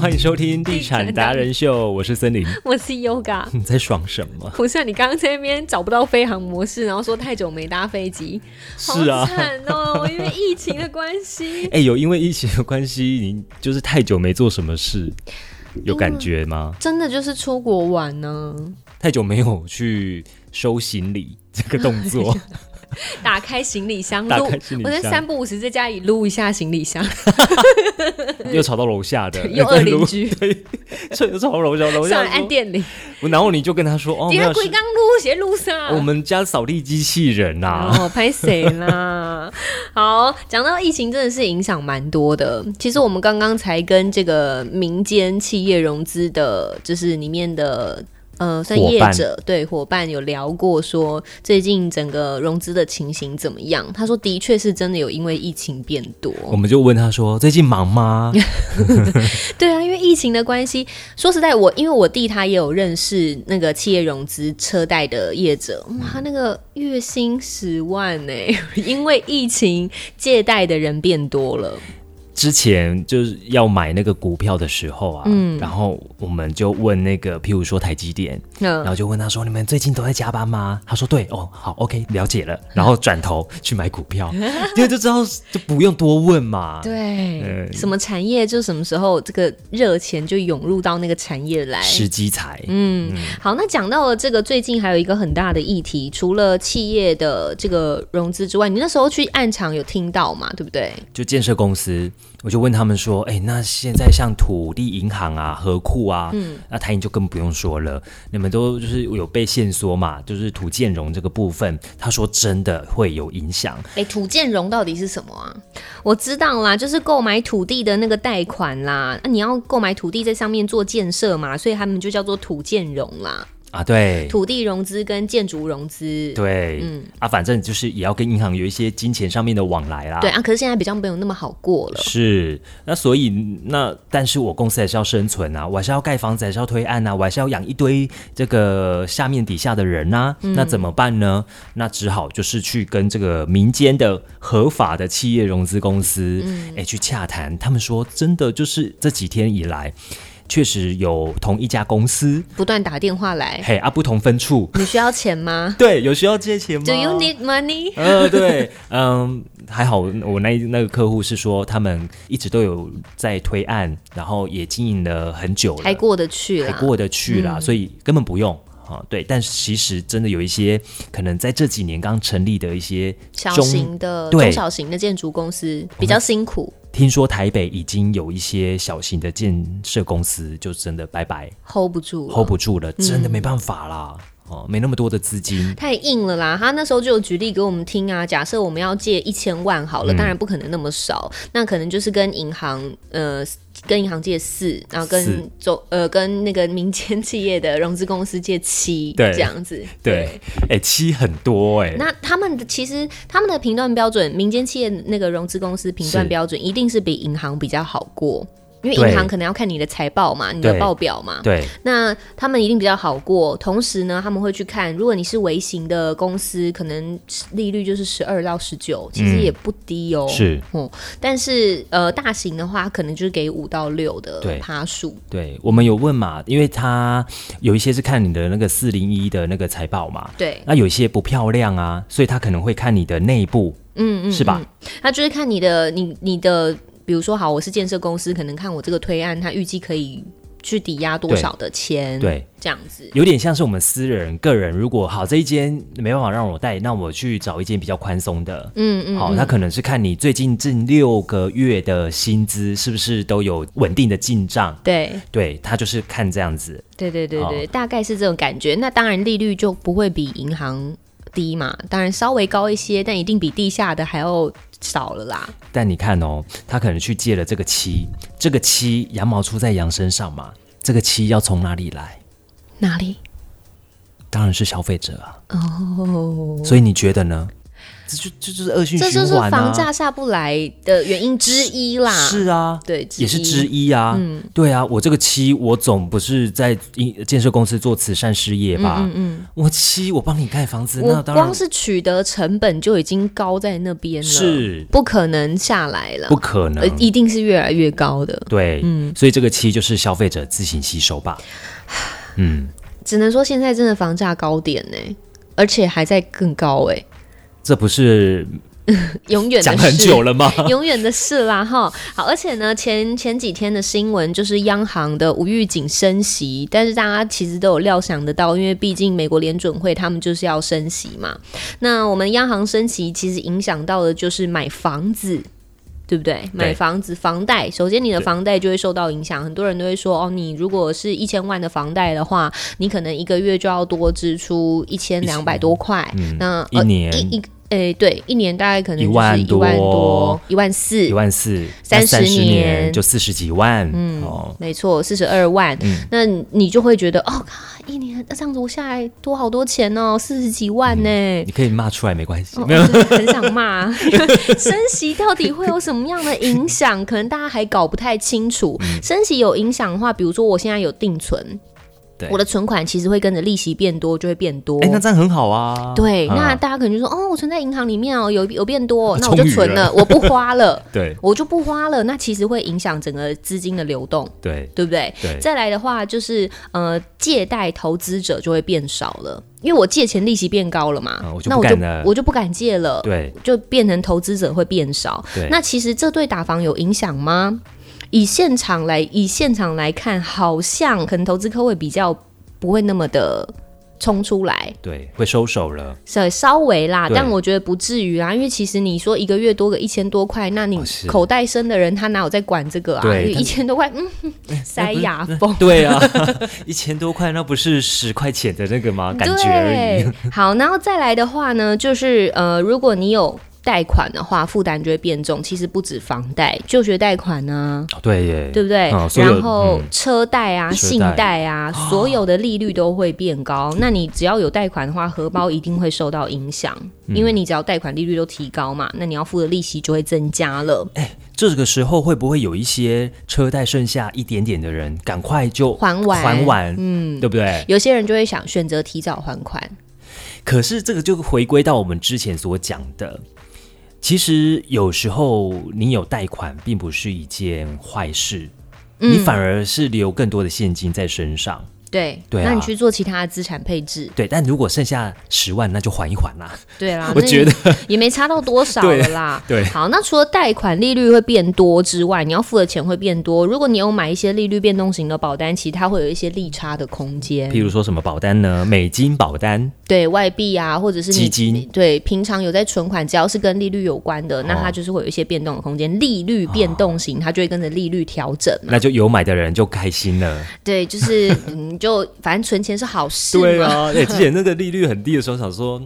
欢迎收听《地产达人秀》，我是森林。我是 Yoga。 你在爽什么？不是你刚刚在那边找不到飞行模式，然后说太久没搭飞机，是啊好，惨哦，因为疫情的关系。哎、有因为疫情的关系，你就是太久没做什么事，有感觉吗？真的就是出国玩呢、太久没有去收行李 这个动 作，打开行李箱打录开行，李我在箱哦三不五时在家里撸一下行李箱，又吵到楼下的， 哎又恶 邻居又吵到楼下，楼上下来按说电铃，我然后你就跟他说：“哦，没你还有鬼是刚撸鞋撸啥？我们家扫地机器人呐、啊。哦，拍谁 啦？好，讲到疫情，真的是影响蛮多的。其实我们刚刚才跟这个民间企业融资的，就是里面的。呃，算伙业伴者对伙伴有聊过说，最近整个融资的情形怎么样？他说，的确是真的有因为疫情变多，我们就问他说：“最近忙 吗对啊，因为疫情的关系，说实在我，因为我弟他也有认识那个企业融资车贷的业者，哇，他那个月薪十万呢、 因为疫情借贷的人变多了，？”之前就是要买那个股票的时候啊，嗯然后我们就问那个，譬如说台积电，然嗯，后就问他说：“你们最近都在加班吗？”他说：“对，哦，好，OK，了解嗯了。”然后转头去买股票， 因为就知道就不用多问嘛。对，嗯什么产业就什么时候这个热钱就涌入到那个产业来，时机财，嗯，好，那讲到了这个，最近还有一个很大的议题，除了企业的这个融资之外，你那时候去暗场有听到嘛？对不对？就建设公司，我就问他们说：“哎、那现在像土地银行啊、河库啊，嗯那台银就更不用说了，你们都就是有被限缩嘛，就是土建融这个部分，他说真的会有影响。哎、土建融到底是什么啊？我知道啦，就是购买土地的那个贷款啦。啊那你要购买土地在上面做建设嘛，所以他们就叫做土建融啦，啊，对。”土嗯地融资跟建筑融资。对，啊，反正就是也要跟银行有一些金钱上面的往来啦。对啊，可是现在比较没有那么好过了。是，那所以那但是我公司还是要生存啊，我还是要盖房子，还是要推案啊，我还是要养一堆这个下面底下的人啊，嗯那怎么办呢？那只好就是去跟这个民间的合法的企业融资公司，哎、嗯去洽谈。他们说真的就是这几天以来，确实有同一家公司，不断打电话来，嘿啊，不同分处，你需要钱吗 对，有需要借钱吗？Do you need money？ 呃，对，嗯，还好，我那那个客户是说他们一直都有在推案，然后也经营了很久了，还过嗯得去还啦。过得去啦，所以根本不用。啊，对，但是其实真的有一些可能在这几年刚成立的一些小中型的、对中小型的建筑公司比较辛苦，听说台北已经有一些小型的建设公司就真的拜拜 hold 不住了，hold 不住嗯了，真的没办法啦，哦、没那么多的资 金，太硬了啦！他那时候就有举例给我们听啊，假设我们要借一千万好嗯了，当然不可能那么少，那可能就是跟银行呃。跟银行借四，然后四跟走呃跟那个民间企业的融资公司借七，对这样子。对，哎、七很多哎、那他们的其实他们的评断标准，民间企业那个融资公司评断是标准一定是比银行比较好过，因为对银行可能要看你的财报嘛，你的对报表嘛。对，那他们一定比较好过。同时呢，他们会去看，如果你是微型的公司，可能利率就是十二到十九，其实也不低哦。嗯是，哦。但是呃，大型的话，可能就是给五到六的对趴数。对，我们有问嘛，因为他有一些是看你的那个四零一的那个财报嘛，对，那有一些不漂亮啊，所以他可能会看你的内部，嗯嗯，是吧？他就是看你的，你你的，比如说好，我是建设公司，可能看我这个推案，他预计可以去抵押多对少的钱，，对，这样子。有点像是我们私人个人，如果好这一间没办法让我贷，那我去找一间比较宽松的，嗯嗯，好，他可能是看你最近近六个月的薪资是不是都有稳定的进账，对对他就是看这样子，对对对对，大概是这种感觉。那当然利率就不会比银行低嘛，当然稍微高一些，但一定比地下的还要少了啦。但你看哦，他可能去借了这个七，这个七羊毛出在羊身上嘛，这个七要从哪里来？哪里？当然是消费者啊。哦，所以你觉得呢？这就这就是恶性这就循是环房啊。价下不来的原因之一啦。是啊，对，也是之一。嗯一啊。对啊，我这个七，我总不是在一建设公司做慈善事业吧？嗯嗯我七，我帮你盖房子，那我当然光是取得成本就已经高在那边了，是不可能下来了不，可能呃。，一嗯定是越来越高的。对，所以这个七就是消费者自行吸收 吧。嗯，只能说现在真的房价高点呢、而且还在更高哎、这不是永远的讲很事久了吗？ 永远的事啦哈。好，而且呢，前前几天的新闻就是央行的无预警升息，但是大家其实都有料想得到，因为毕竟美国联准会他们就是要升息嘛。那我们央行升息，其实影响到的就是买房子。对不对？买房子、房贷，首先你的对房贷就会受到影响。很多人都会说，哦，你如果是一千万的房贷的话，你可能一个月就要多支出一千两百多块。那一嗯呃年一一诶、对，一年大概可能就是一一万多万多、一万四一，万四，三十三十年年嗯就四十几万，哦，没错，四十二万。嗯那你就会觉得，哦，靠一年那这样子我下来多好多钱哦，四十几万呢、你可以骂出来嗯没关系哦，，我真的很想骂， 因为升息到底会有什么样的影响？可能大家还搞不太清楚。嗯升息有影响的话，比如说我现在有定存对，我的存款其实会跟着利息变多，就会变多。哎，那这样很好啊。对，啊那大家可能就说，哦，我存在银行里面哦，有有变多，那我就充裕存了了，我不花了，对我就不花了。那其实会影响整个资金的流动，对对不对？对，再来的话就是呃，借贷投资者就会变少了，因为我借钱利息变高了嘛，啊我就那不我敢了就我就不敢借了，对就变成投资者会变少。对，那其实这对打房有影响吗？以现场来以现场来看，好像可能投资客会比较不会那么的冲出来，对会收手了。稍稍微啦，对但我觉得不至于啊，因为其实你说一个月多个一千多块，那你哦是口袋深的人他哪有在管这个啊？对哎因为一千多块，嗯，塞牙缝。对啊，一千多块，那不是十块钱的那个吗？ 感觉而已。对，好，然后再来的话呢，就是呃，如果你有贷款的话，负担就会变重。其实不止房贷，就学贷款啊呢、哦对耶，对不对？哦所有然后嗯车贷啊、车贷信贷啊，所有的利率都会变高。那你只要有贷款的话，荷包一定会受到影响，嗯因为你只要贷款利率都提高嘛，那你要付的利息就会增加了。哎这个时候会不会有一些车贷剩下一点点的人，赶快就还完还完，嗯，对不对？有些人就会想选择提早还款，可是这个就回归到我们之前所讲的，其实有时候你有贷款并不是一件坏事，嗯你反而是留更多的现金在身上。对，对啊那你去做其他的资产配置，对，但如果剩下十万，那就还一还啦、对啦，我那觉得。也没差到多少了啦对对好，那除了贷款利率会变多之外，你要付的钱会变多。如果你有买一些利率变动型的保单，其实它会有一些利差的空间譬，如说什么保单呢？美金保单，对外币啊，或者是你基金对平常有在存款，只要是跟利率有关哦的，那它就是会有一些变动的空间。利率变动型，它就会跟着利率调整嘛。那就有买的人就开心了。对，就是 嗯，就反正存钱是好事嘛。对啊，对，之前那个利率很低的时候，想说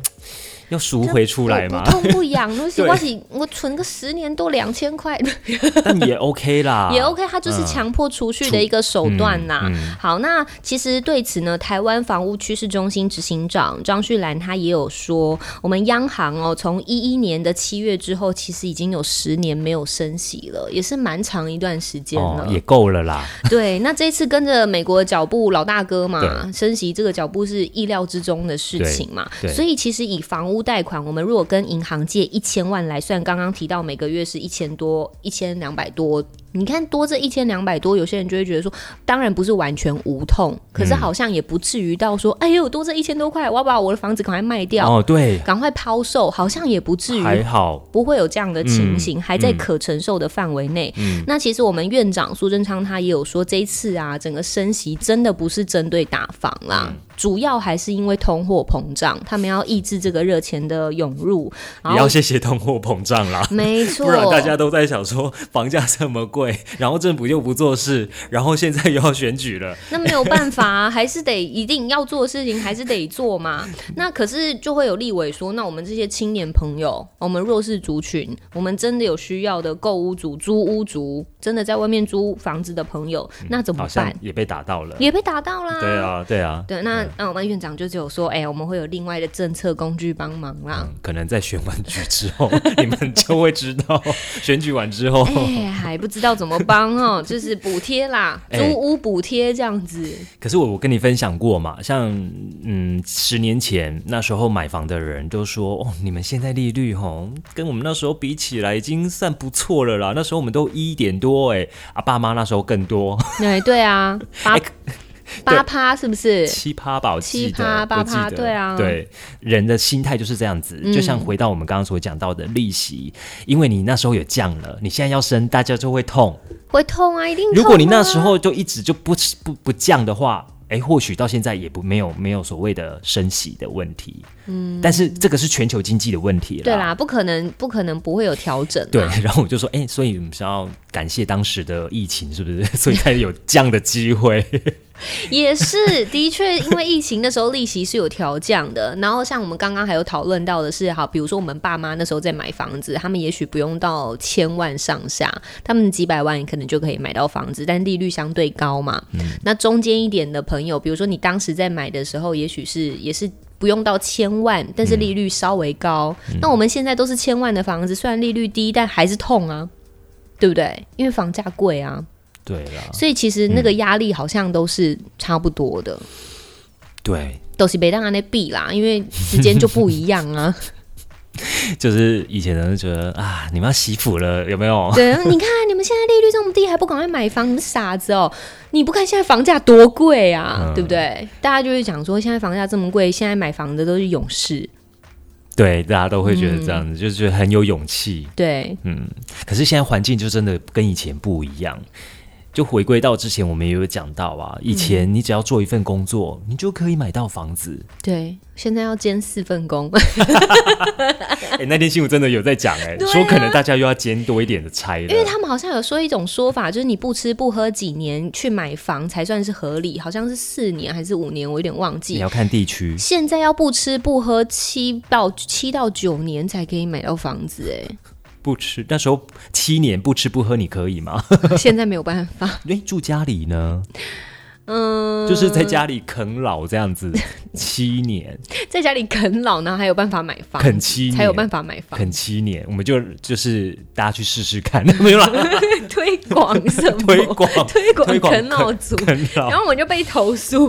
要赎回出来嘛我，不痛不痒，都是对我是我存个十年多两千块， 但也 OK 啦， 也 OK，它嗯就是强迫储蓄的一个手段呐、好，那其实对此呢，台湾房屋趋势中心执行长张旭兰他也有说，我们央行哦，从一一年的七月之后，其实已经有十年没有升息了，也是蛮长一段时间了。哦，也够了啦。对，那这一次跟着美国的脚步，老大哥嘛，对升息这个脚步是意料之中的事情嘛。对对所以其实以房屋贷款，我们如果跟银行借一千万来算，刚刚提到每个月是一千多、一千两百多，你看多这一千两百多，有些人就会觉得说，当然不是完全无痛，可嗯是好像也不至于到说，哎呦，多这一千多块，我要把我的房子赶快卖掉，哦，对，赶快抛售，好像也不至于还好，不会有这样的情形，嗯还在可承受的范围内。那其实我们院长苏贞昌他也有说，这一次啊，整个升息真的不是针对打房啦，嗯主要还是因为通货膨胀，他们要抑制这个热钱的涌入，然也要后。谢谢通货膨胀啦。没错，不然大家都在想说房价这么会， 然后政府又不做事，然后现在又要选举了，那没有办法、啊，还是得一定要做的事情还是得 做嘛。那可是就会有立委说，那我们这些青年朋友，我们弱势族群，我们真的有需要的购屋族、租屋族，真的在外面租房子的朋友，那怎么嗯好像办？也被打到了。也被打到啦。对。啊，对啊，对，那那我们院长就只有说，哎、我们会有另外的政策工具帮忙啦。嗯，可能在选完举之后， 你们就会知道， 选举完之后，哎、还不知道怎么 帮哦，就是补贴啦，哎租屋补贴这样子。可是我我跟你分享过嘛，像嗯十年前那时候买房的人都说哦，你们现在利率吼跟我们那时候比起来已经算不错了啦，那时候我们都一点多哎、啊爸妈那时候更多哎、对啊，八八趴是不 是？七趴吧，我记7%得8%我记得对啊嗯对人的心态就是这样子，就像回到我们刚刚所讲到的利息，因为你那时候有降了，你现在要升，大家就会痛。会痛啊，一定痛啊、如果你那时候就一直就不不不降的话，哎，或许到现在也不没有没有所谓的升息的问题。嗯，但是这个是全球经济的问题了。对。啦，不可能，不可能不会有调整。啊对，， 然后我就说，哎，所以我们是要感谢当时的疫情，是不是？所以才有这样的机会。 也是的确，因为疫情那时候利息是有调降的。然后像我们刚刚还有讨论到的是，好，比如说我们爸妈那时候在买房子，他们也许不用到千万上下，他们几百万可能就可以买到房子，但利率相对高嘛。那中间一点的朋友，比如说你当时在买的时候，也许是也是。不用到千万，但是利率稍微高。那我们现在都是千万的房子，虽然利率低，但还是痛啊，对不对？因为房价贵啊。对啦，所以其实那个压力好像都是差不多的，对，都是别让安内避啦，因为时间就不一样啊。就是以前人就觉得啊，你们要洗腐了，有没有？ 对，你看你们现在利率这么低，还不赶快买房，你们傻子哦！你不看现在房价多贵啊，嗯对不对？大家就会讲说，现在房价这么贵，现在买房的都是勇士。对，大家都会觉得这样嗯子，就是觉得很有勇气。对，嗯，可是现在环境就真的跟以前不一样。就回归到之前，我们也有讲到啊，嗯以前你只要做一份工作，你就可以买到房 子。对，现在要兼四份工，哎、那天新闻真的有在讲、哎、对啊说可能大家又要兼多一点的差了 因。为他们好像有说一种说法，就是你不吃不喝几年去买房才算是合理，好像是四年还是五年，我有点忘记你。要看地区，现在要不吃不喝七到七到九年才可以买到房子、哎不吃那时候七年不吃不喝，你可以吗？ 哎，现在没有办法。哎、住家里呢，嗯，就是在家里啃老这样 子，七年在家里啃老呢，还有办法买房，啃七年才有办法买房，啃七年，我们就就是大家去试试看， 没有啦，推广什么？推广推广推广啃老族。啃然老后我就被 投诉，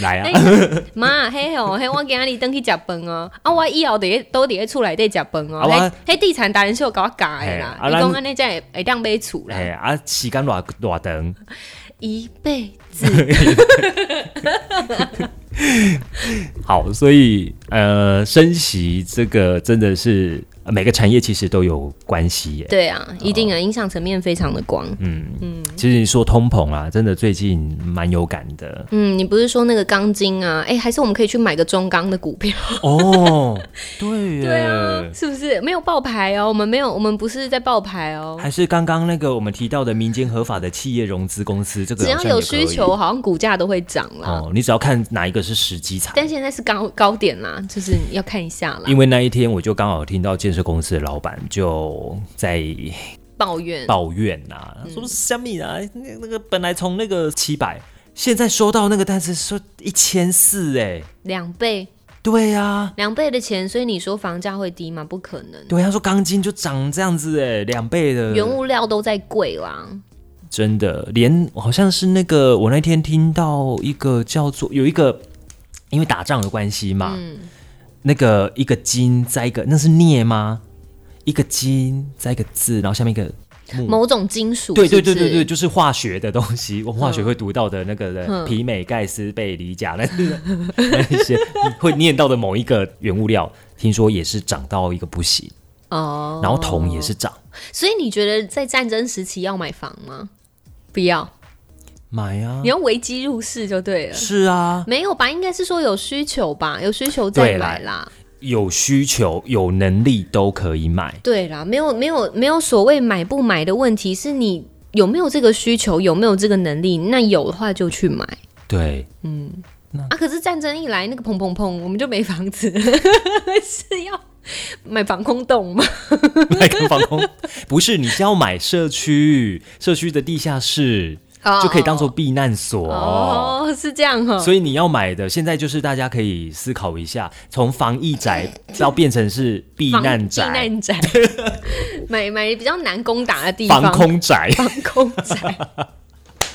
来啊。哎妈，嘿哦，嘿，我今日登去食饭哦，啊，我以后得都得厝内底食饭啊哦，我嘿，嘿，地产达人秀搞我教的啦，嘿啊你咱讲安尼才会会当买厝 啦，哎啊，时间偌偌长，一辈子，好，所以呃，升息这个真的是呃每个产业其实都有关系耶。嗯对嗯啊，一定啊，影响层面非常的广，其实你说通膨啊，真的最近蛮有感 的嗯，你不是说那个钢筋啊？哎、还是我们可以去买个中钢的股票？哦。 对啊耶， 是不是没有爆牌哦？我们没有，我们不是在爆牌哦。还是刚刚那个我们提到的民间合法的企业融资公司，这个只好要像有也可以需求，啊好像股价都会涨啦。哦，你只要看哪一个是时机才。但现在是高高点啦，就是要看一下啦。因为那一天我就刚好听到建设公司的老板就在抱怨抱怨呐、啊，嗯说小米啊，那那个本来从那个七百，现在收到那个单子说一千四，哎，两倍，对呀、啊，两倍的钱，所以你说房价会低吗？不可能，对，他说钢筋就涨这样子，哎，两倍的，原物料都在贵啦。真的，连好像是那个我那天听到一个叫做有一个，因为打仗的关系嘛，嗯那个一个金再一个那是镍吗？一个金再一个字，然后下面一个木某种金属嗯对对是不对是对对，就是化学的东西，我们化学会读到的那个的嗯皮美盖斯贝里甲那那些会念到的某一个原物料，听说也是涨到一个不行，哦。然后铜也是涨，所以你觉得在战争时期要买房吗？不要，啊买啊你，要危机入市就对 了。是啊，没有吧？应该是说有需求吧，有需求再买啦。有需求、有能力都可以买。对啦，没有没有没有所谓买不买的问题，是你有没有这个需求，有没有这个能力。那有的话就去买 对，啊。可是战争一来，那个砰砰砰，我们就没房子， 是要买防空洞吗？买个防空不是，你是要买社区，社区的地下室就可以当做避难所。哦，是这样哈、所以你要买的，现在就是大家可以思考一下，从防疫宅 到变成是避防难宅、避 难宅，买买比较难攻打的地方，防空宅， 防空 宅，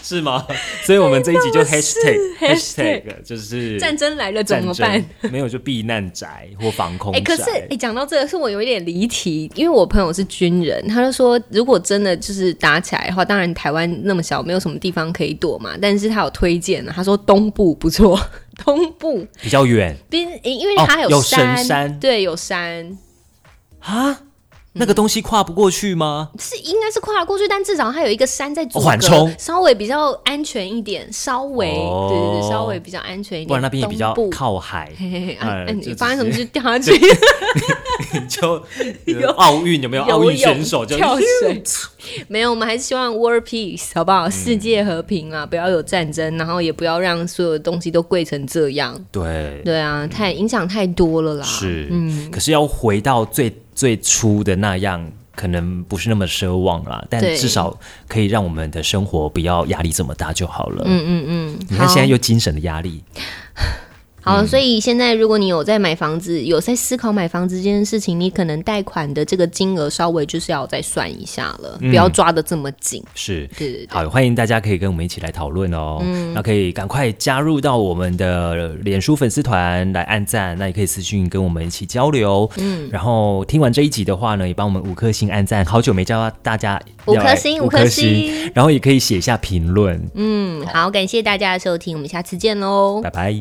是吗？所以我们这一集就 hashtag hashtag hashtag 就是战争来了怎么办？战争？没有就避难宅或防空哎、宅。可是哎，讲、到这个，是我有一点离题，因为我朋友是军人，他就说，如果真的就是打起来的话，当然台湾那么小，没有什么地方可以躲嘛。但是他有推荐啊，他说东部不错， 东部比较远边，诶因为哦它还有神山，山对，有山，啊，嗯那个东西跨不过去吗？是应该是跨得过去，但至少它有一个山在阻哦隔，缓冲稍微比较安全一点，稍微，哦对对对，稍微比较安全一点，不然那边也比较东部。靠 海，嘿嘿嘿，啊呃，啊就你只发生什么是事掉下去？就有奥运有没有奥游运泳选手就跳水， 没有，我们还是希望 world peace 好不嗯好？世界和平啊，不要有战争，然后也不要让所有的东西都贵成这样。对，对啊，太影响太多了啦。是，嗯可是要回到最最初的那样，可能不是那么奢望啦，但对至少可以让我们的生活不要压力这么大就好了。嗯，嗯嗯嗯，你好看现在又精神的压力，好，嗯所以现在如果你有在买房子，有在思考买房子这件事情，你可能贷款的这个金额稍微就是要再算一下了，嗯不要抓的这么紧。是。对对对，好，欢迎大家可以跟我们一起来讨论哦。嗯那可以赶快加入到我们的脸书粉丝团来按赞，那也可以私信跟我们一起交流。嗯，然后听完这一集的话呢，也帮我们五颗星按赞。好久没教大家五要颗来星嗯五五颗颗星星，然后也可以写一下评论。嗯，好，感谢大家的收听，我们下次见喽，拜拜。